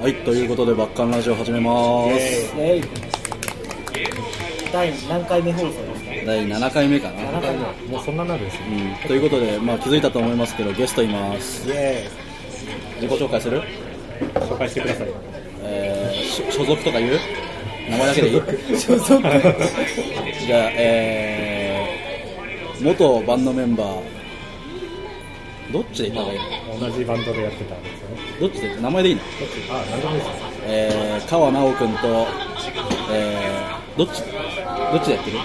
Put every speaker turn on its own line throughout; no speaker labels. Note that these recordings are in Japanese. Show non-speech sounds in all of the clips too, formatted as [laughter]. はい、ということで、バッカンラジオ始めます。
えい第何回目放送ですか
第7回目かな。
7回目
もうそんなになるんですね
うん、ということで、まあ、気づいたと思いますけど、ゲストいます。
イエ
自己紹介する
紹介してください
えーし所属とか言う名前だけでいい
ーイ所属
じゃあ、えー、元バンドメンバー、どっちで言ったらいいの
同じバンドでやってたんですよね
どっちで、名前でいいの
あ何でもいいですね
えー、川直くんと、えー、どっち、どっちでやってる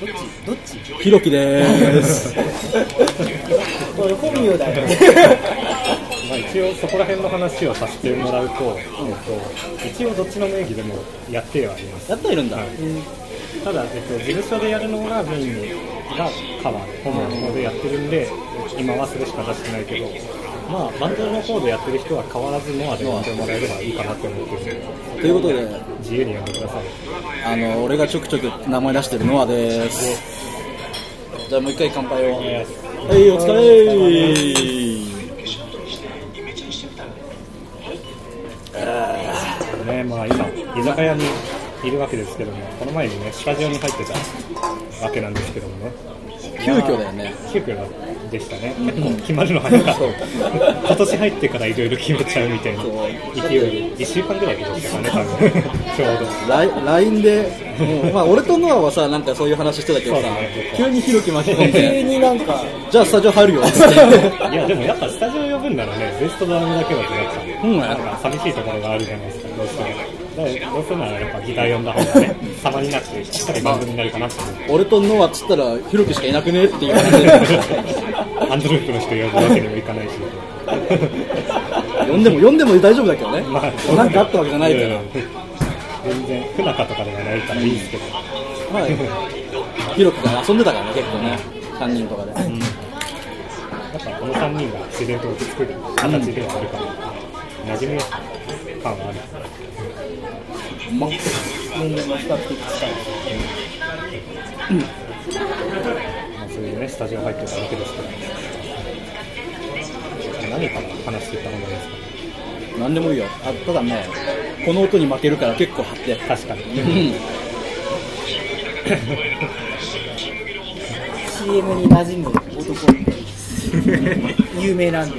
どっちどっち
ひろきでー
[laughs]
す。
これ本名だよ
まあ、一応そこら辺の話をさせてもらうと,、えっと一応どっちの名義でもやってはいます
やってはいるんだ。
ただ、えっと、事務所でやるのがメインがカバー本部の方でやってるんで、今はそれしか出してないけどまあバンドの方でやってる人は変わらずノアでやってもらえればいいかなと思ってるんで
ということで、
自由にやってください
あの俺がちょくちょく名前出してるノアです。じゃあもう一回乾杯を。はい、お疲れ。
ねまあ、今、居酒屋にいるわけですけども、この前にね、スタジオに入ってたわけなんですけどもね、
急遽だよね。
急遽でしたね、結構決まるの早かった、今年入ってからいろいろ決めちゃうみたいな勢いで、1週間ぐらいでしたかね、多分ちょうど。
ライ LINE で、もうまあ、俺とノアはさ、なんかそういう話してたけどさ
そうだね、
急にひろき巻き込ん
急
で、
になんか
じゃあスタジオ入るよっつって。
いやでもやっぱスタジオ呼ぶんならね、ベストドラムだけだとやっぱ、
うん
なんか寂しいところがあるじゃないですか、どうしても。だからどうせならやっぱギター呼んだ方がね、 [laughs] 様になって、しっかり番組になるかなって思って
俺とノアっつったら、ひろきしかいなくねっていう感じで、
[laughs] アンドロイドの人呼ぶわけにもいかないし。
呼んでも、呼んでも大丈夫だけどね。
まあ
なんかあったわけじゃないか
や
ら
や。全然、不仲とかではないからいいですけど。
はい。ひろきが遊んでたからね、結構ね。3人とかで。
やっぱこの3人が自然と落ち着く形ではあるから、馴染み感はある。
うまっ
年齢も比較的近い
まあ、そういうね、スタジオ入ってたわけですけど。何から話していった方がいいですかね。
なんでもいいよあただねこの音に負けるから結構張って
確 [laughs] かに。
CM に馴染む男有名なんで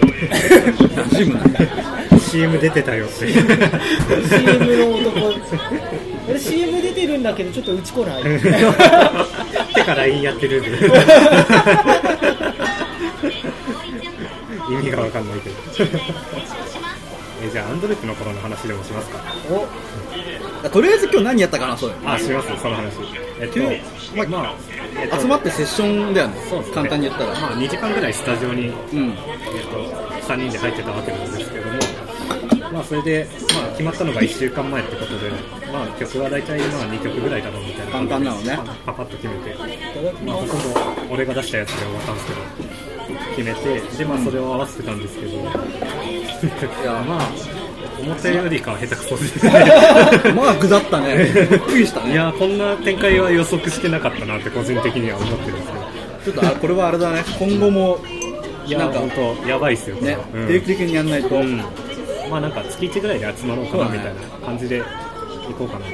ジムなんだ
CM 出てたよって。
CM の男俺 CM 出てるんだけどちょっと打ちこな
[laughs]
い
てから LINE やってるんで。意味がわかんないけど。えじゃあ、アンドレップの頃の話でもしますか。
お
とりあえず今日何やったかなそうよ
あ、します、その話。えっと、まあ、えっと
集まってセッションだよね
そうですね
簡単に言ったら
まあ、2時間ぐらいスタジオに、えっ
うん
と、3人で入ってたわけなんですけども、まあ、それで、まあ、決まったのが1週間前ってことで、まあ、曲は大体、まあ、2曲ぐらいだろうみたいな
簡
感じで。
単なのね
パパッと決めて。まあ、ほとんど俺が出したやつで終わったんですけど、決めて、で、まあ、それを合わせてたんですけど、
や
まあ、思ったよりかは下手くそです
[laughs] まあ具だったねびっくりした
い
ね
やーこんな展開は予測してなかったなって個人的には思ってるんですけど
ちょっとあこれはあれだね今後も
いや
な
ー
んか
本
ね
当やばいっすよこれはうん
定期的にやんないと、
うんまあなんか月1ぐらいで集まろうかな
そう
み
だ
た
ね
いな感じで行こうかなっ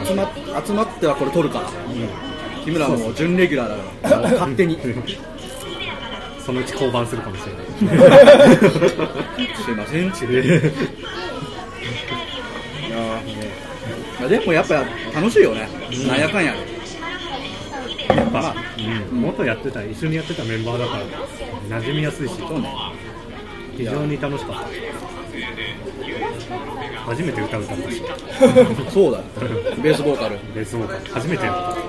て
集まっ集まってはこれ撮るから木村はもう準レギュラーだから
うん
勝手に [laughs] す
うん [laughs] そのうち降板するかもしれ
[laughs]
ない
い
[laughs]
ませんち
え
いやーまあでもやっぱ楽しいよね、なんやかんやで
ーやっ
まあ
ぱ、うん、元やってた一緒にやってたメンバーだから馴染みやすいし
そうね
非常に楽しかった初めて歌歌ったし
そうだよベースボーカル
でそうか初めてやった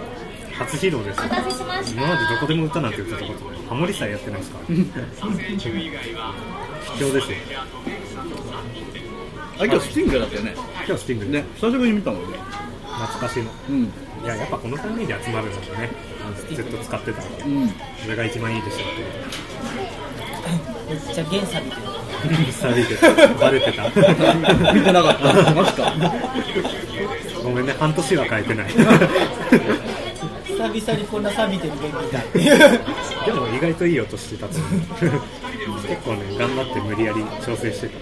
初披露ですよ今までどこでも歌なんて歌ったことないハモリさえやってないですから貴重ですよ
あ今日スティングだったよね
今日スティング
ね久しぶりに見たもんね
懐かしいの
うん
いややっぱこの3人で集まるのがねずっと使ってたので
うん
それが一番いいでしょう
めっちゃ原作見てる
ってさりてバレてた
[laughs] 見てなかったマジか
ごめんね半年は変えてない
久々にこんな錆びてる元気だ
でも意外といい音してたと思う結構ね頑張って無理やり調整してた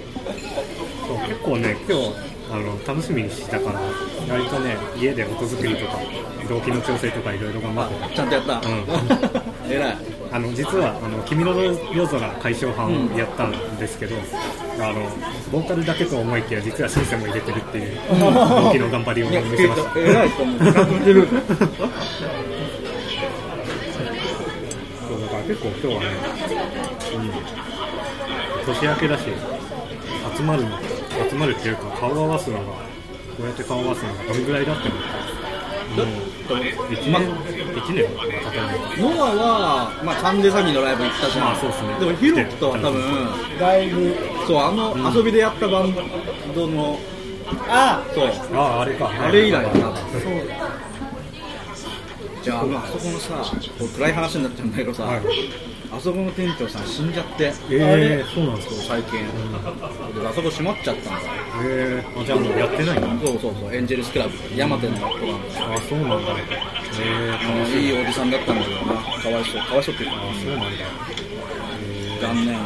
そう結構ね今日あの楽しみにしてたから割とね家で音作りとか動機の調整とかいろいろ頑張って
ちゃんとやった、
う
[laughs] 偉い
あの実は「あの君の夜空解消版」をやったんですけど、あのボーカルだけと思いきや実はシンセも入れてるっていう動機の頑張りを
いや
見せました
偉いと思う感じる
そうだから結構今日はね、うん、年明けだし集まるの集まるっていうか顔を合わすのがこうやって顔を合わすのがどれぐらいだって思ったもう1年1年は経たない
ノアは、まあ、サンデーサミーのライブ行ったじゃん、
まあそうっすね
でもヒロキとは多分
だいぶ
そうあの、
ん
遊びでやったバンドの
あ
そう
あああれか
あれ以来だな
あそうだ
じゃああのあそこのさこう暗い話になっちゃうんだけどさ、
はい
あそこの店長さん死んじゃって
ええそうなんですか
最近、であそこ閉まっちゃったんだ
ええあじゃあもうやってないの
そうそうそうエンジェルスクラブヤマテンの子なんだ
あそうなんだええ
よいいおじさんだったんだけどなかわいそうかわいそうっていうか
あそうなんだ
残念よ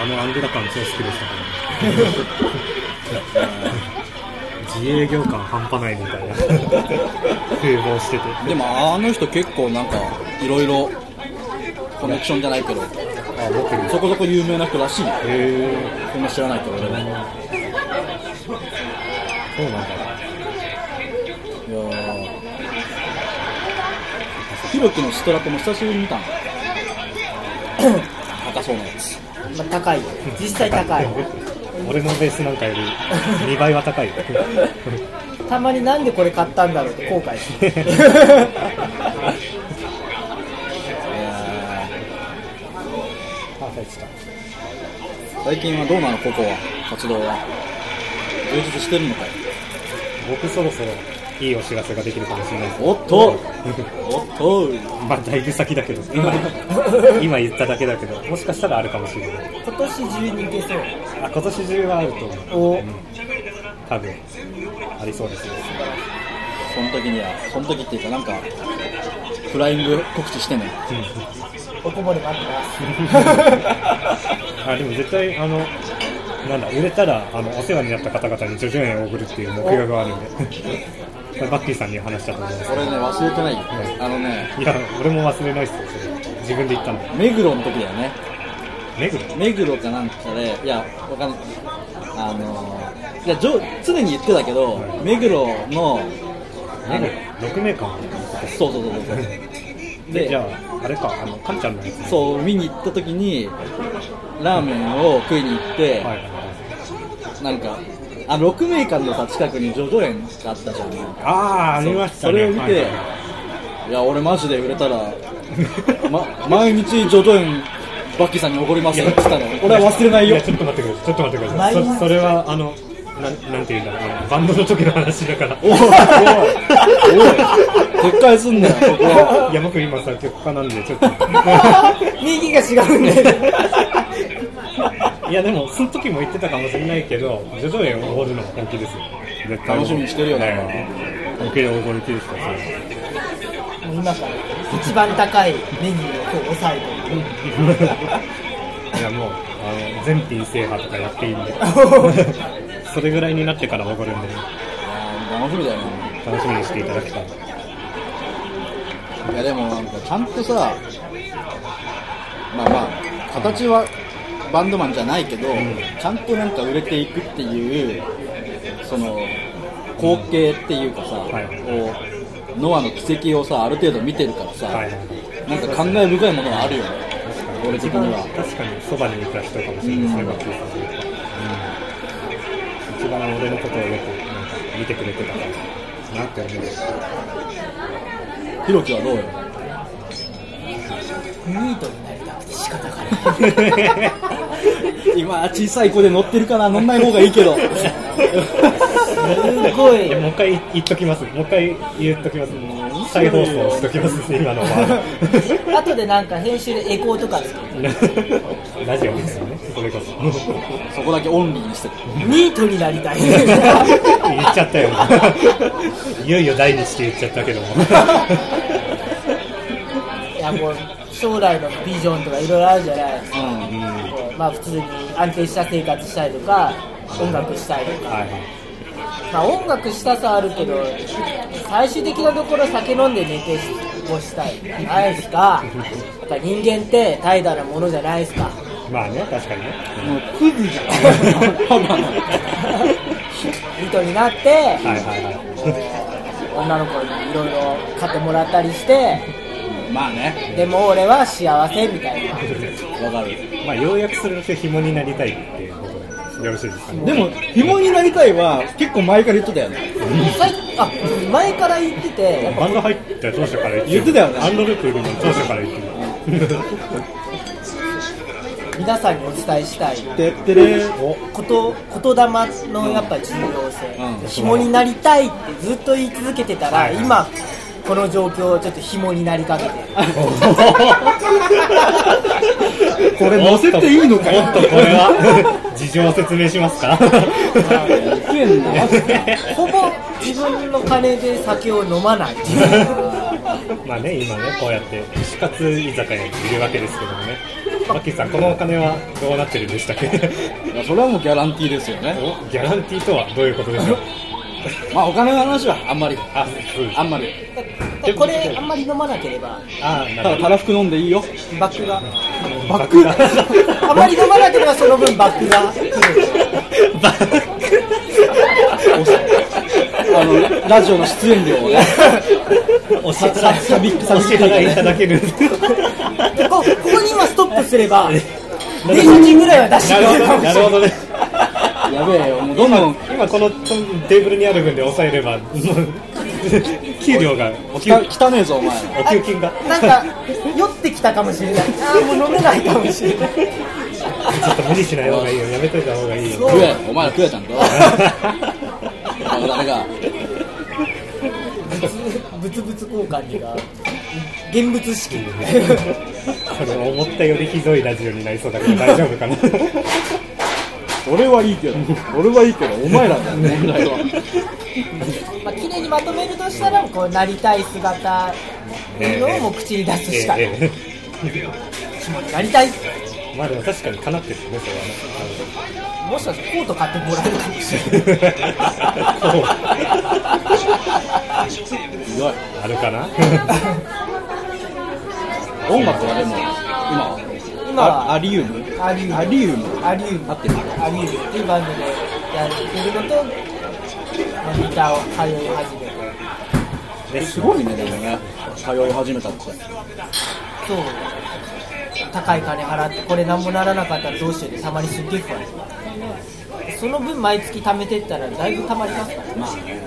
あのアングラ感超好きでした [laughs] から、ね、自営業感半端ないみたいな風貌してて
でもあの人結構なんかいろいろコネクションじゃないけど
あ持ってる
そこそこ有名な人らしいよ
へえ
そんな知らないけど俺はいや
そうなんだ
ーひろきのストラップも久しぶりに見たの高そうなやつ
まあ高いよ実際高い
俺のベースなんかより2倍は [laughs] 高いよ
たまになんでこれ買ったんだろうって後悔する
いやー
パーフェクト
最近はどうなのここは活動は充実してるのかい
僕そろそろいいお知らせができるかもしれないです
おっとおっと
まあだいぶ先だ
[laughs]
けど今今言っただけだけどもしかしたらあるかもしれない
今年中に行けそう
あ今年中はあると思う、
お
うん、多分ありそうですね
その時にはその時っていうかなんかフライング告知してね
おこぼれ待って
あでも絶対あのなんだ売れたらあのお世話になった方々に叙々苑を送るっていう目標があるん
[laughs]
でこれバッキーさんには話したと思います
俺ね忘れてないよあのね
いや俺も忘れないっすよそれ自分で言ったんだよ
目黒の時だよね
目黒
目黒かなんかでいやわかんないあのーいやじょ常に言ってたけど目黒のあの
6名間
そうそうそうそうそう
でじゃ
で
ああれかあのカンちゃんのやつね
そう見に行った時にラーメンを食いに行って、
はいはいはい
なんかあ6名間のさ近くに叙々苑があったじゃんい
ああありました
そ
ね
れを見て
はいはいはい
や俺マジで売れたら、ま、毎日叙々苑バッキーさんに怒りますよって言ったの
[laughs]
俺は忘れないよ
やちょっと待ってくださいちょっと待ってくださいそ
毎日
それはあのなんなんていうんだろうあのバンドの時の話だから
お
[laughs]
いおいおい撤回すんなよここはい
や僕今さ曲家なんでちょっと
右が違うんだよ
いやでもその時も言ってたかもしれないけど徐々におごるのも本気ですよ絶対
楽しみにしてるよな
ね本気でおごる気ですからそれ
もう今から一番高いメニューを今日抑え
い
てる
やもうあの全品制覇とかやっていいん
[laughs]
でそれぐらいになってからおごるんで
や楽しみだよね
楽しみにしていただきたい
いやでもなんかちゃんとさまあまあ形はバンドマンじゃないけど、ちゃんとなんか売れていくっていうその光景っていうかさ、
はい
こうノアの奇跡をさある程度見てるからさ、
はい
なんか感慨深いものがあるよね俺的には
確かにそばにいた人かもしれないですね、学生さんで一番俺のことをよくなんか見てくれてたからなって思う
ひろきはどうよ
ニートになりたくて仕方がない
今小さい子で乗ってるかな乗んない方がいいけど
すごい
いやもう一回言っときますもう一回言っときます再放送しときます今のは
後でなんか編集でエコーとかつける
ラジオですよねそれこそ
そこだけオンリーにしてる
ニートになりたい
言っちゃったよいよいよ第二子って言っちゃったけども
いやもう将来のビジョンとかいろいろあるじゃないですか
うん
こうまあ、普通に安定した生活したいとか、音楽したいとか、
はいはい
まあ、音楽したさあるけど、最終的なところ、酒飲んで寝て過ごしたいじゃないですか、やっぱ人間って怠惰なものじゃないですか。
まあね確かにね
もうクズじゃん
糸になって、
はいはいはい
女の子にいろいろ買ってもらったりして、
まあね
でも俺は幸せみたいな。
わかる
まあ要約すると紐になりたいっていうことでよろしいですかね
でも紐になりたいは結構前から言ってたよね
さいあ前から言ってて、やっぱ
バンド入った当初から言って
言ってたよね
アンドループの当初から言ってる
皆さんにお伝えしたい
てってれお
こと言霊のやっぱ重要性、
うん
紐になりたいってずっと言い続けてたら、
はいはい
今この状況ちょっと紐になりかけて
これ乗せていいのか
お
よ
っとこれは事情を説明しますか
ほぼ自分の金で酒を飲まない
まあね今ねこうやって串カツ居酒屋にいるわけですけどもねマッキーさんこのお金はどうなってるんでしたっけ
いやそれはもうギャランティーですよね
おギャランティーとはどういうことでしょう
まあお金の話はあんまり
あそうです
あんまり
でこれあんまり飲まなければ
あ
た
な
だ
るほ
たらふく飲んでいいよ
バックが
どバックが
あまり飲まなければその分バックが
バック
あのラジオの出演料 [laughs] をね
お支払いお支払いいただける
こここに今ストップすれば電車賃ぐらいは出して
な
く
る
れ
ほ
るか
どねな
もしれない
るほどね
やべえよもうどんどん
今このテーブルにある分で抑えれば [laughs] もう給料がお給
汚ねえぞお前
お給金が
なんか酔ってきたかもしれないああもう飲めないかもしれない
[laughs] ちょっと無理しない方がいいよやめといた方がい [laughs] いよ
食えお前ら食えちゃん [laughs] とダメか
ブツブツ交換にが現物式
これ思ったよりひどいラジオになりそうだけど大丈夫か
[laughs]
な
俺はいいけど俺はいいけどお前らだよ問題は
まあ綺麗にまとめるとしたらこうなりたい姿っていうのをもう口に出すしかない、
え
なりたい
えまあでも確かにかなってるね
もしかしてコート買ってもらえるかもしれない
それはね [laughs] こ
ひどいう
あるかな [laughs]
音楽はでも今
今
あ
は
アリウム
アリウム
アリウム
アリウム
合ってる
アリウムっていうバンドでやってるのとまあギターを通い始めて
すごいねでもね通い始めたって
そう高い金払ってこれなんもならなかったらどうしようってたまにすっげえ不安その分毎月貯めてったらだいぶ貯まりますからね
まあね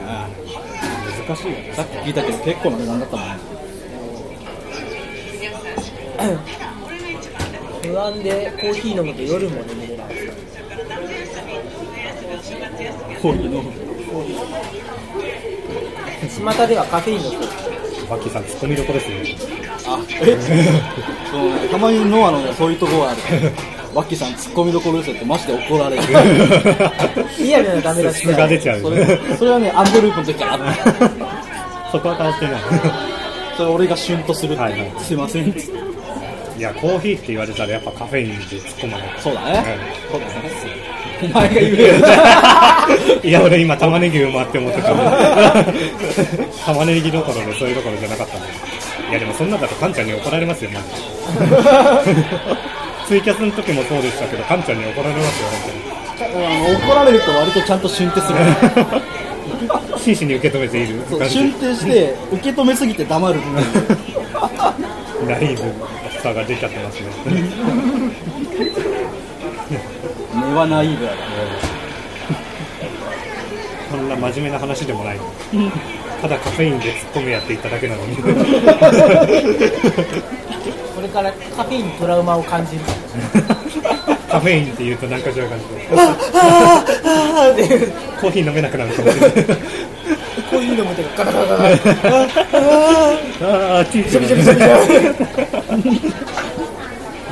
難しいよね
さっき聞いたけど結構な値段だったもんね
不安でコーヒー飲むと夜も眠れない
コーヒー飲む
巷ではカフェインのせい
バッキーさんツッコミどこです
[laughs]
ね
あえそうねたまにノアのねそういうとこがあるワッキーさんツッコミどころですよってマジで怒られる
リアルなダメ出し
素が出ちゃう
それそれはねアンドループの時からあった
そこは変わってな
それ俺がシュンとするって
はいはい
すいませんっつって
いいやコーヒーって言われたらやっぱカフェインで突っ込まない
そうだね、そうだねお前が言えよ
いや俺今玉ねぎを回って思ってた [laughs] 玉ねぎどころでそういうところじゃなかったんでいやでもそんなんだとカンちゃんに怒られますよマジで
[laughs]
ツイキャスの時もそうでしたけどカンちゃんに怒られますよ
怒られると割とちゃんとシュンってする
本当に真摯に受け止めている
そう
感
シュンってして受け止めすぎて黙るっていう
じナイーブさが出ちゃってますね
根はナイーブやな
そんな真面目な話でもないのただカフェインで突っ込みやっていただけなのに
これからカフェインにトラウマを感じる
カフェインって言うと何かしら感じで
あーあーっていう
コーヒー飲めなくなるかもしれない
コーヒー飲むとガラガラガラああ
ああチーズ
びしょびしょびし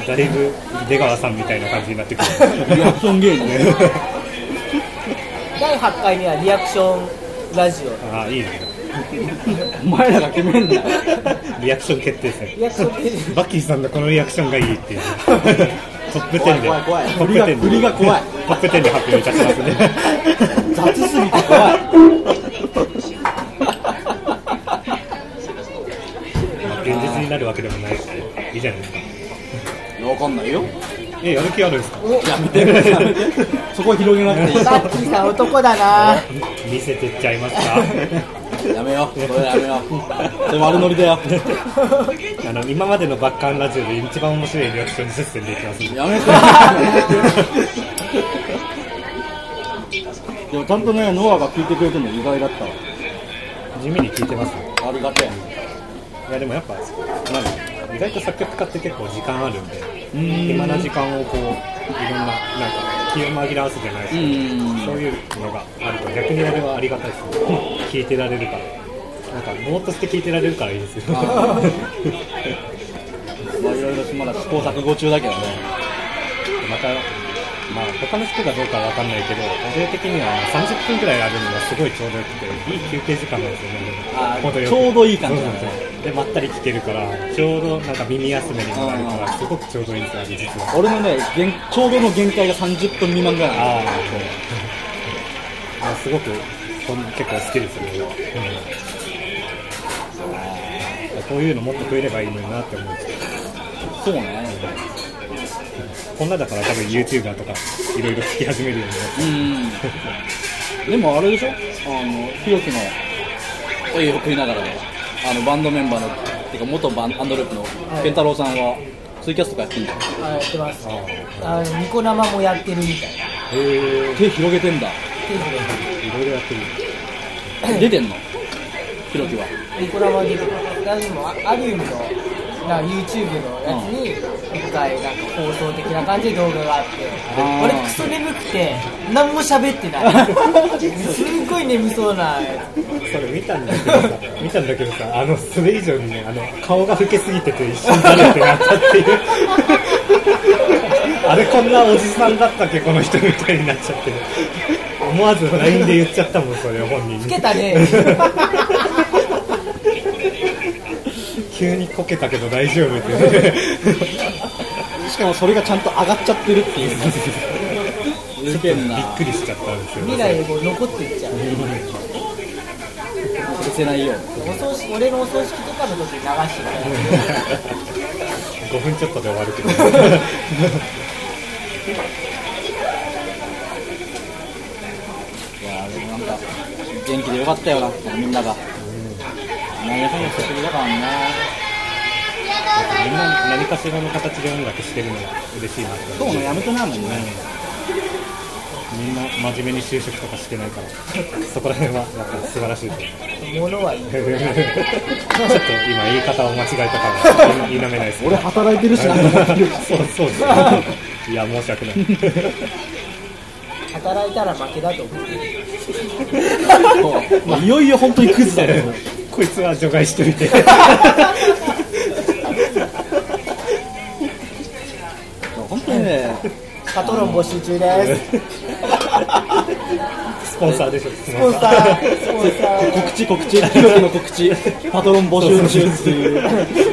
だいぶ出川さんみたいな感じになってくる
リアクション芸人ね
第8回にはリアクションラジオ
ああいいね
お前らが決めんだよ
リアクション決定戦
リアクションって
バッキーさんのこのリアクションがいいっていうトップ10で
怖い怖い
ト
振
ップ
りが
10で
振りが怖い
トップ10で発表いたします
[laughs]
ね
雑すぎて怖い
まあ現実になるわけでもないですけどいいじゃないですか
わかんないよ
えやる気あるんですか
やめてやめてそこ広げなくてい
さっきさん男だな
見せてっちゃい
[laughs]
ますか
いやめようそれやめようそれ悪ノリだよ
あの今までのバッカンラジオで一番面白いリアクション実践できます
やめてでもちゃんとねノアが聞いてくれてるの意外だったわ
地味に聞いてますね
ありがて
いやでもやっぱ、まあ、意外と作曲家って結構時間あるんで
えうん
暇な時間をこういろんななんか気を紛らわすじゃないです
うん
か、そういうのがあると逆にあれはありがたいですね [laughs] 聞いてられるからなんかぼーっとして聞いてられるからいいですよ
あまあいろいろまだ試行錯誤中だけどね
また、まあ、他の人がどうかわかんないけど、俺的には30分くらいあるのがすごいちょうどよくて、いい休憩時間なんですよね
あー。
程よく
ちょうどいい感じなんだ
そうそうそうで、まったり聞けるから、ちょうどなんか耳休めにもなるから、すごくちょうどいいんですよ、実は。
俺のね限ちょうどの限界が30分未満ぐらいなの
ああ、そう。あすごく、ほん結構好きですよ、俺はうんこういうのもっと増えればいいのになって思うんですけど
そうね
こんなだから多分 YouTuber とかいろいろ聞き始めるようになって
うんでもあれでしょあのひろきのお湯を食いながらであのバンドメンバーのてか元バンバンドループの健太郎さんはツイキャスとかやってんじゃん
あやってます
あ
あのニコ生もやってるみたいな
あへえ
手広げてんだ
いろいろやって
[clears throat]
る
出てんのひろきは
ニコ生出てます何もあアリウムのな YouTube のやつに一回なんか放送的な感じで動画があって
あー
俺クソ眠くて何も喋って [laughs] ないすんごい眠そうなやつ
それ見たんだけどさ、見たんだけどさ、あの、それ以上にね、あの、顔が老けすぎてて一瞬誰ってなったっていう。 [laughs] あれこんなおじさんだったっけ、この人みたいになっちゃってる。思わず LINE で言っちゃったもん、それ本人
つ
に
け。たね
急にこけたけど大丈夫
[laughs]
って。
しかもそれがちゃんと上がっちゃってるっていうすげえ
び
な
っくりしちゃったんですよ。
未来でこう残っていっちゃう
消せないよ
お葬式俺のお葬式とかの時に流してたよ
5分ちょっとで終わるけど。
いやーでもなんか元気でよかったよなみんなが何やかんや久しぶりだからな
みんな何かしらの形で音楽してるのが嬉しいなって
どう
思
も
う。
やめてないもんね
みんな真面目に就職とかしてない
[laughs]
から、そこら辺はなんか素晴らしいと思う。
物はいい
ちょっと今言い方を間違えたから否めないですけ
俺
ど
働いてるしな
そうそうですいや申し訳ない
[laughs]
働いたら負けだと思う
そうまあいよいよ本当にクズだよ
こいつは除外しといて
本当にね
パトロン募集中です
スポンサーでしょス
スポンサースポンサ [laughs] ー
告知告知ヒロキの告知パトロン募集中ってい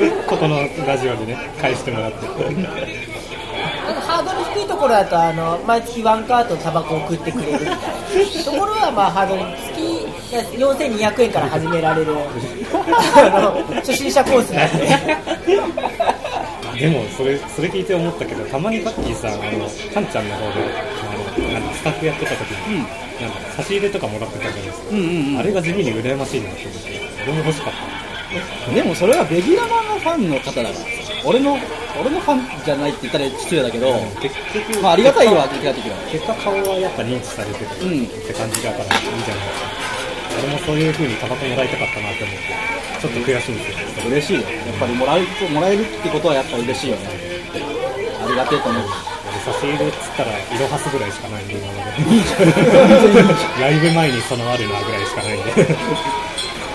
う
ここのラジオでね返してもらって
ハードル低いところだとあの毎月ワンカートタバコ送ってくれるみたいなところはまあハードル月4200円から始められるあの初心者コースなんで
でもそれそれ聞いて思ったけどたまにバッキーさんあのカンちゃんの方であのなんかスタッフやってた時に、なんか差し入れとかもらってたじゃないですか、
うんうん
あれが地味に羨ましいなって思って俺も欲しかった
うんでもそれはベギラマのファンの方だから俺の俺のファンじゃないって言ったら失礼だけど
結局、
まあありがたいわ的な的は
結果顔はやっぱ認知されてる
うん
って感じだからいいじゃないですか、俺もそういう風にタバコもらいたかったなって思ってちょっと悔しいんですよ、
嬉しいよやっぱりもらえるもらえるってことはやっぱ嬉しいよねありがてえと思う
俺差し入れっつったらイロハスぐらいしかないんで今まで
全然いい
ライブ前にそのあるなぐらいしかないんで俺も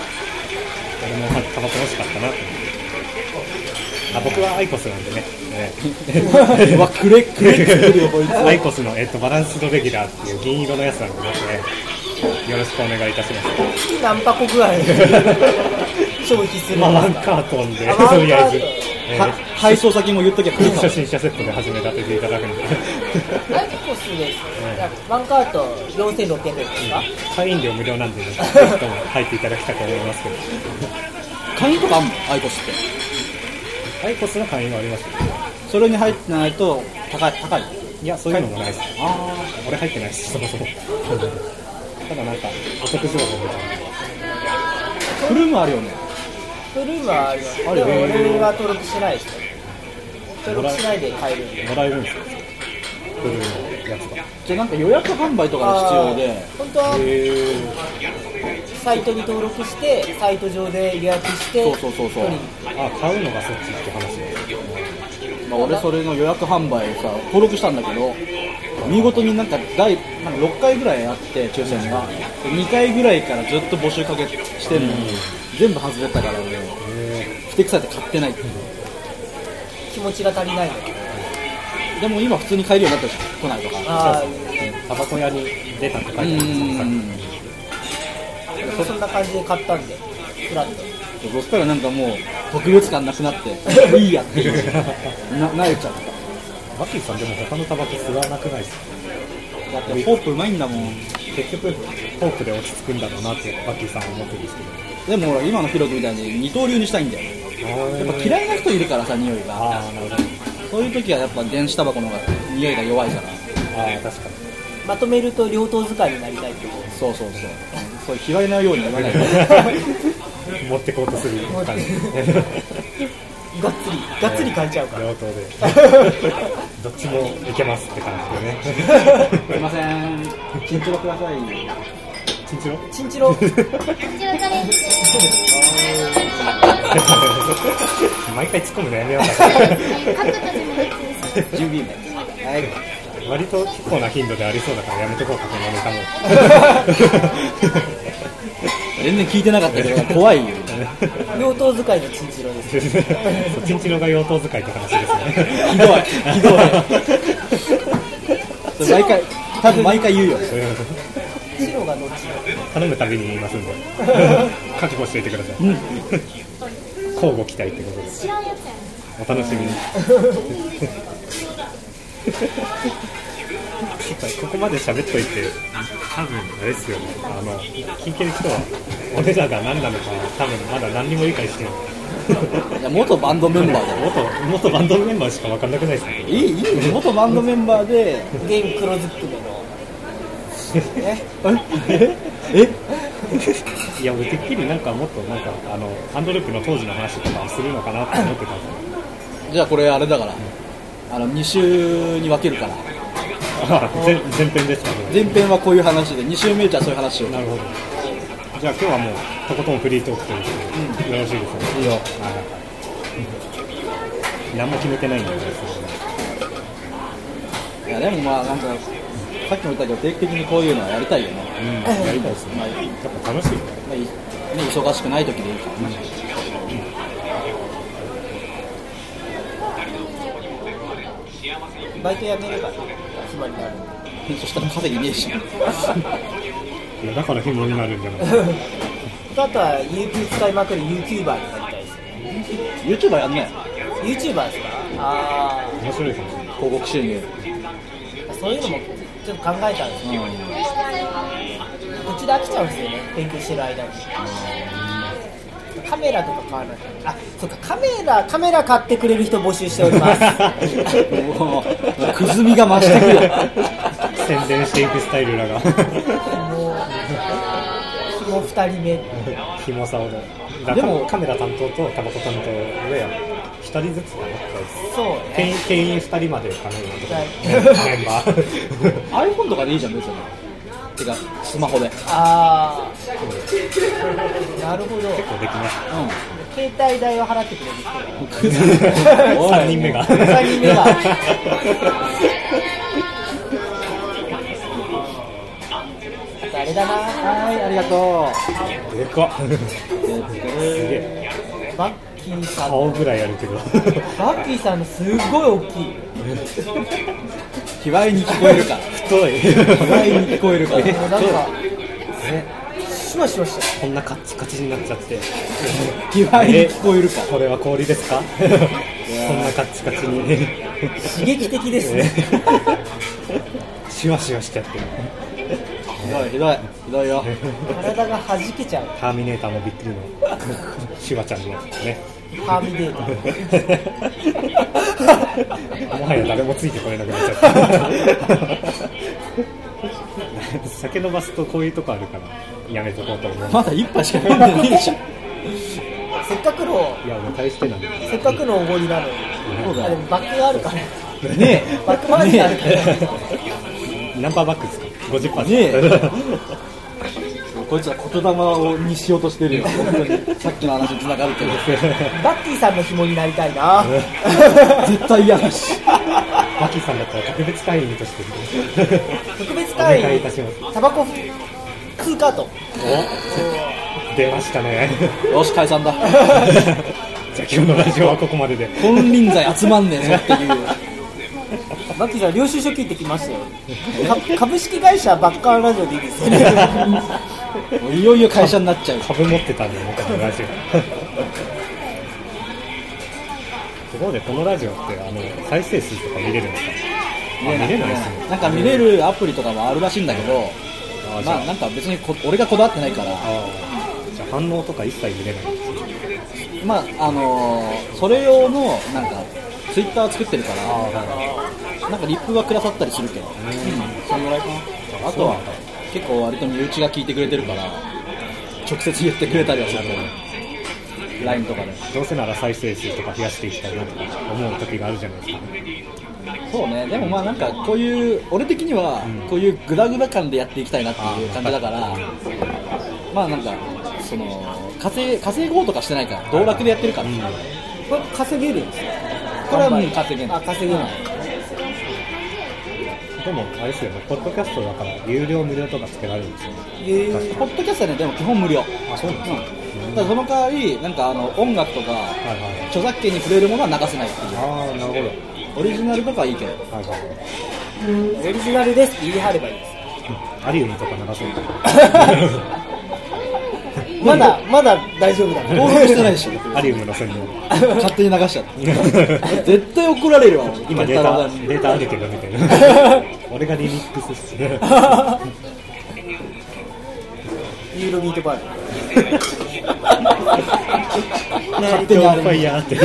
タバコ欲しかったなって思ってあ僕はアイコスなんでね、え
う [laughs] わくれくれくれよこいつ
えアイコスの、えっと、バランスドレギュラーっていう銀色のやつなんでねよろしくお願いいたします
月何箱ぐらい消費する
まあワンカートンで
あワンカートン
とりあえずえ
は
ー
配送先も言っときゃ来るか [laughs] も
初心者セットで始めたてていただくので
あれ結構すぐです。ワンカート4600円ですか
会員料無料なんで、ね、ぜひとも入っていただきたく思いますけど
会員とかあんのアイコスって
アイコスの会員はありますよ
それに入ってないと高い高い
いやそういうのもないです
あ
俺入ってないですそもそもただなんかお得情報みたいな
あフルームあるよね
フルームはあります。でも
るよ
俺は登録しないです。登録しないで買えるんで。
もらえるんですよブルーのやつが
じゃあなんか予約販売とかが必要で
あー本当は
へえ
サイトに登録して、サイト上で予約して、
そうそうそうそう
取りに
あ買うのがそっちって話ね
まあ、俺それの予約販売さ登録したんだけど見事になんか第なんか6回ぐらいあって抽選が2回ぐらいからずっと募集かけしてんのに、全部外れたから俺ふてくされて買ってない
気持ちが足りないの。
でも今普通に買えるようになったじゃん都内とか
ああ、
タバコ屋に出たって書いてあ
う
るんですよさっ
ん
でもそんな感じで買ったんで、フラッと。
そしたらなんかもう特別感なくな [laughs] っていいやっていうな慣れちゃった
きマッキーさんでも他のタバコ吸わなくないですか
だってホープうまいんだもん
結局フォークで落ち着くんだろうなってマッキーさんは思ってるんです
で
け
も俺今のヒロ君みたいに二刀流にしたいんだよ
どや
やっぱ
い
嫌いな人いるからさ匂いが
ああなるほど
そういう時はやっぱ電子タバコの方が匂いが弱いから。
ああ確かに
まとめると両党使いになりたいけど、
そうそうそう。そう、卑猥なように言わ [laughs] ないで。
持ってこうとする感じ
がっつり、がっつり買えちゃうから。
両党で
[laughs]
どっちもいけますって感じでね
すいません。 [laughs] 緊張ください。
緊張
チン
[laughs]
チロ、
毎回突っ込むのやめようかな
準備名。はい。
割と結構な頻度でありそうだからやめとこうかこのネタも
[laughs] 全然聞いてなかったけど、怖いよ。
両党使いのチンチロです。
[laughs] そうチンチロが用途使いって話ですね
ひどい。ひどい。
[laughs]
そ [laughs] れ毎回、多分毎回言うよ。
白がどっちの
頼むたびに言いますんで覚悟していてください、交互期待ってことですお楽しみにやっぱここまで喋っといて多分あれですよねあの聞いてる人は俺らが何なのか多分まだ何にも理解してない
いや元バンドメンバーだよ。
元元バンドメンバーしか分かんなくないです
い
ね
い、いいね。元バンドメンバーで、
ゲーム黒ずっくめの。
ええ
いや俺てっきりなんかもっとなんかあのハンドループの当時の話とかをするのかなって思ってたんですよ
じゃあこれあれだから。あの、2週に分けるから。
あ前前編ですかね
前編はこういう話で、2週目じゃあそういう話を。
なるほど。じゃあ今日はもうとことんフリートークということで、よろしいですか、ね。
いいよ。
何も決めてないんでね。
いやでもまあなんかさっきも言ったけど定期的にこういうのはやりたいよね、
うん、やりたいですね。
まあいい
やっぱ楽しいよね。
まあいいね、忙しくない時でいいからね、
バイトやめれば暇になる。
そしたら稼ぎねえし
いやだから紐になるんじゃないですか。
あとは、有給使いまくる YouTuber になりたいですね。
YouTuber やんね
YouTuber ですかあ
面白いかもしれない。
広告収入
あ、そういうのもちょっと考えたんです
う
よ。
ん
途中で飽きちゃうんですよね、勉強してる間に。カメラとか買わないと。あ、そうか、カメラ、カメラ買ってくれる人募集しており
[laughs]
ます。
もうくずみが増してくよ
[laughs] 宣伝していくスタイルらが、 [laughs]
もう、もう二人目。
紐さをね。
で
で
も
もカメラ担当とタバコ担当で、二人ずつかな。
そう
店
ね。
員店員二人までかな今のところメンバー。
iPhone とかでいいじゃん別にてかスマホでうん
ああ。なるほど。
結構できます。
携帯代を払ってくれる人が。
クズおい
[laughs] 三人目が。
三人目があとあれだな。
はいありがと
でかっ。
う
すげえ。
バッキーさん。
顔ぐらいあるけど。
バッキーさんのすごい大きい。
卑猥に聞こえるから
太い。
卑猥に聞こえるから
もうなんか、シュワシュワして
こんなカッチカチになっちゃって。
卑猥に聞こえるから
これは氷ですかカッチカチに
刺激的ですね
シワシワしちゃってる
ひどいひどいひどいよ
体が弾けちゃう
ターミネーターもびっくりのシワちゃんのね
ハーミデータ
もはや誰もついてこれなくなっちゃった酒伸ばすとこういうとこあるからやめとこうと思う
まだ一杯しか飲んでねえでしょ
せっかくの
いやもう大してなんだ
せっかくのおごりなのに
そう
あ
だ
で
よ
もバックがあるから
ね
バックマージある
[laughs]
から
ナンバーバックですか50パ
ね
ー
えこいつは言霊をにしようとしてるよ本当にさっきの話に繋がるけど
バッキーさんの紐になりた
[laughs]
いな
絶対嫌だし
バキさんだったら特別会員として
特別
お願い
会
いたし
員
ます
タバコ2カート
お出ましたね
よし解散だ
じゃあ今日のラジオはここまでで
金輪際集まんねえぞっていう
バッキーさん領収書聞いてきましたよか株式会社バッカーラジオでいいですよね [laughs]
もういよいよ会社になっちゃう
株持ってたんだよねこのラジオところでこのラジオってあの再生数とか見れるんですかあ見れないですね
なんか見れるアプリとかもあるらしいんだけど、
あじゃ
ま
あ
あなんか別にこ俺がこだわってないから、
あーじゃあ反応とか一切見れないんですよ
まああのーそれ用のなんかツイッター作ってるか
あ
ら、なんかリップはくださったりするけど、うん、そんぐらいかな。あとは結構割と身内が聞いてくれてるから、直接言ってくれたりはするけど、LINE とかで。
どうせなら再生数とか増やしていきたいなとか思う時があるじゃないですか
そうね、でもまあなんかこういう、俺的にはこういうグダグダ感でやっていきたいなっていう感じだから、まあなんか、その稼い稼ごうとかしてないから、道楽でやってるから、
これ稼げるんですよ
これはもう稼げない
あ。稼げない
でもあれですよねポッドキャストだから有料無料とかつけられるんですよね
えー
ポッドキャストはね、でも基本無料。
あそうなんですか
うん、ただその代わり、なんかあの音楽とか、
はいはい
著作権に触れるものは流せないっていう。
ああなるほど
オリジナルとかはいいけど。
はいはいはい [laughs]
オリジナルですって言い張ればいいです
[laughs] アリウムとか流そうか
まだまだ大丈夫だ
登録してないでしょ、
アリウムの専門
[laughs] 勝手に流しちゃった。絶対怒られるわ、俺
今デ
健
ー
太郎
タ
さんに
データあるけどみた [laughs] いな俺がリミックスして
[laughs] ユーロミートバー
勝手
ド
に
ン
あ
ファイ
れ。
ヤーって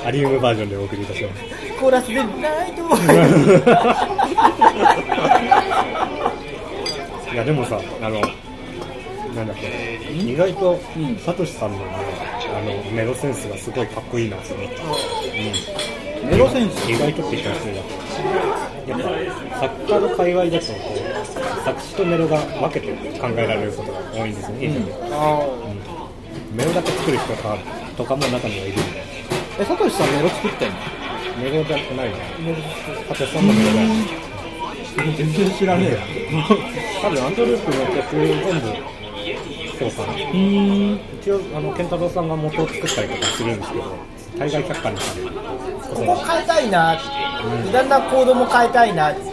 [laughs] アリウムバージョンでお送りいたします
コーラスで「ナイト
いやでもさあのなんだっけ意外と
うん
サトシさんのねあのメロセンスがすごいかっこいいなって思って、
メロセンス。
意外とって言ってまだやっぱ作家の界隈だとこう作詞とメロが分けて考えられることが多いんですよね、メロだけ作る人とかとかも中にはいるんで
え、サトシさんメロ作ってんの
メロじゃないねサトシさんのメロだよ
全然知らねえよ。
多分アンドループの曲全部そうさん
[laughs] うーん。
一応あの健太郎さんが元を作ったりとかするんですけど対外客観にされる
ここ変えたいな」ってだんだんコードも変えたいなって
ん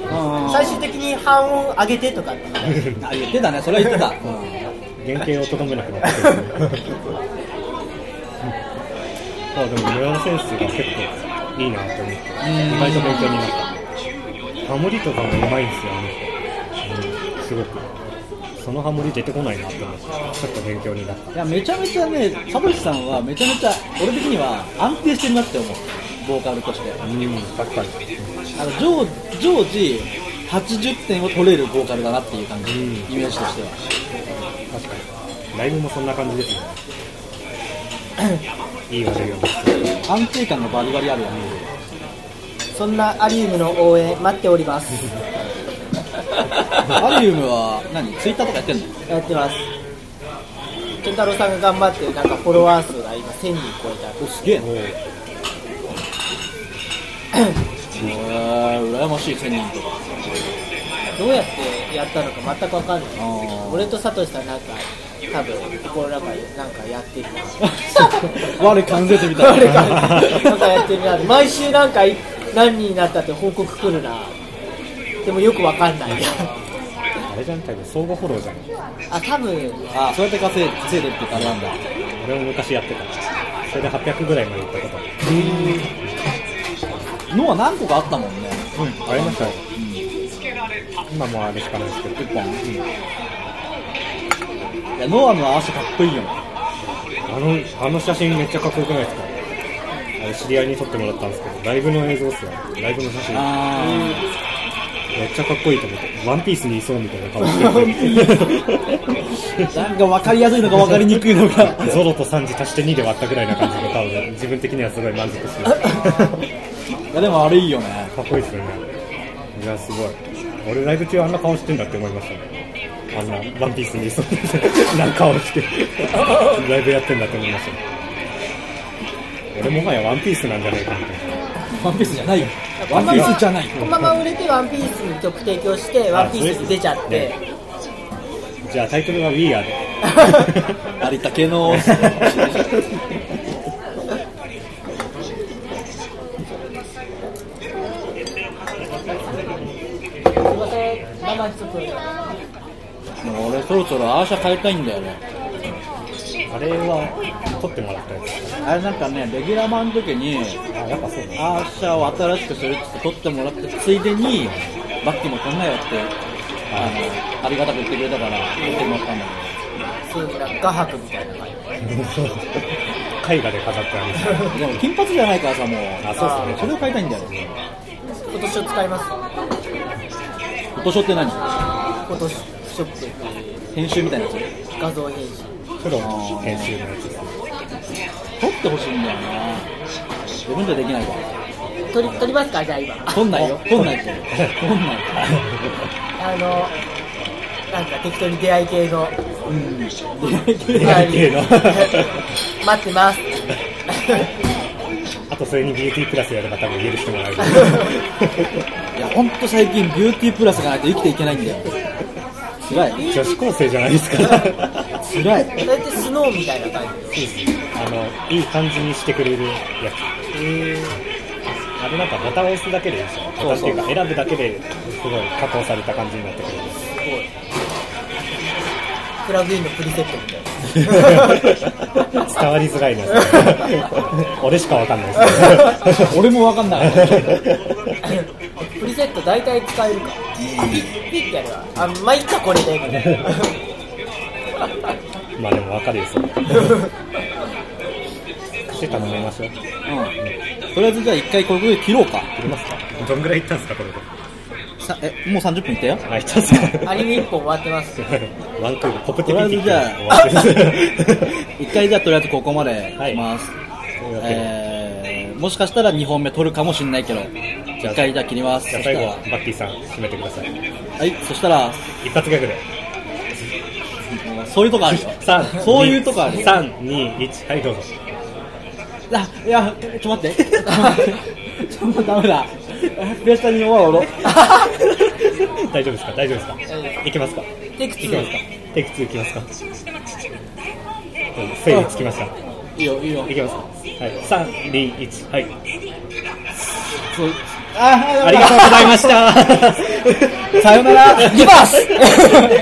最終的に半音上げてとかって
あ、言ってたね、それは言 [laughs] ってた。
原型をとどめなくなってくるそうでもメロのセンスが結構いいなと思って意外と勉強になったハモリとかもうまいんですよね、うん、すごくそのハモリ出てこないなって思ってちょっと勉強になっ
い
た
や、めちゃめちゃね、サトシさんはめちゃめちゃ、俺的には安定してるなって思う。ボーカルとして。
うん確かに
あの常常時80点を取れるボーカルだなっていう感じ、
うん
イメージとしては
確かにライブもそんな感じですねいい悪 [laughs] いよ
安定感がバリバリあるよね、
そんなアリウムの応援待っております
アリウムは何ツイッターとかやってんの
やってます健太郎さんが頑張ってなんかフォロワー数が今1000人超えた
おすげえなうらやましい1000人とか
どうやってやったのか全く分かんない俺とサトシさんなんか多分心の中でなんかやってる [laughs] な
[laughs] 我関節みたい
誰
な
かなんかやってるな毎週なんか何人になったって報告来るなでもよく分かんない
あれじゃん多分相互フォローじゃん
[laughs] あ多分
あそうやって稼い稼いでるって言ったらなんだ
俺も昔やってた相それで800ぐらいまで行ったことある
のは何個かあったもんね。
ありましたよ、今もうあれしかないですけど
一本。いや、ノアの足かっこいいよね。
あのあの写真めっちゃかっこよくないですかあれ知り合いに撮ってもらったんですけどライブの映像っすよライブの写真
あ
めっちゃかっこいいと思ってワンピースにいそうみたいな顔 [laughs] して
ーなんか分かりやすいのか分かりにくい [laughs] のか。
ゾロと3時足して2で割ったぐらいな感じで多分自分的にはすごい満足してましたかっ
いや、でもあれいいよね。
こいいですよねいやすごい俺ライブ中あんな顔してんだって思いましたねあんなワンピースにいそうな顔してライブやってんだって思いましたね俺もはやワンピースなんじゃないかみたいな
ワンピースじゃないよ。ワンピースじゃない。
このまま売れてワンピースに曲提供してワンピースに出ちゃっ
ね
て
じゃあタイトルは We Are
[laughs]
で
有田系 [laughs] の。
すいません生一つ
もう俺そろそろアーシャ変えたいんだよね。
あれは撮ってもらったやつ
あれなんかね、レギュラー版の時に、
あやっぱそうだ
アーシャを新しくするって取ってもらって、ついでに、バッキーも撮んなよって、あの、ありがたく言ってくれたから、撮ってもらったんだ
そういうなんか画伯みたいな感じ
絵画で飾ってあるんですよ
けど。でも金髪じゃないからさ、もう。
あそうっす
そ
ね
れを変えたいんだよね。
今年を使います
フォトショーって何
今年ショップっていう
編集みたいなやつ撮
画像編集
プロの編集のやつです
ってほしいんだよな自分じゃできないか
撮り撮りますかじゃあ今
ら。撮んないよ。撮んないって。撮んない。
あのなんか適当に出会い系の
[laughs] うん。
出会い系の
待ってます
あとそれにビューティープラスやれば多分許しても [laughs] らえる
いや、ほんと最近、ビューティープラスがないと生きていけないんだよ。辛い。
女子高生じゃないですか
辛い。 [laughs]
それってスノーみたいな感じ
あのいい感じにしてくれるやつあれなんかボタンを押すだけでいいですよボタンっていうか選ぶだけですごい加工された感じになってくる
プラグインのプリセットみたいな
伝わりづ [laughs] らいですね俺しかわかん [laughs] ないですね
俺もわかんない。
プリセット大体使えるかピッピッってやるわあまあいっかこれでみたいな
まあでもわか [laughs] るですよねして頼みましょう
うん。とりあえずじゃあ一回これで切ろうか。
いりますかどんぐらいいったんですかこれで
さえ、もう30分いったよ。
あいったんすか
アニメ一本終わってます
ワンクールポプテ
とりあえ
ィピ
ず
ティ
じゃあ一回じゃあとりあえずここまで
はい
行きます。
え
えー、もしかしたら2本目取るかもしんないけど、一回じゃあ切ります。
じゃあ
そした
最
ら
後はバッキーさん締めてください
はい、そしたら、
一発ギャグで
そういうとこあるよ。
3
そういうとこあるよ。
321はいどうぞ
あ、いや、ちょっと待
[laughs]
って。ちょっとダメだ。悔しさに弱おろ。
大丈夫ですか大丈夫です
丈夫
かいけますか
テク
いけますか
2
テイク2いきますか整理つきました
[laughs] いいよ、いいよ。
いきますか。はい。三二一はい。
そうあ、
ありがとうございました。
さよなら。リバース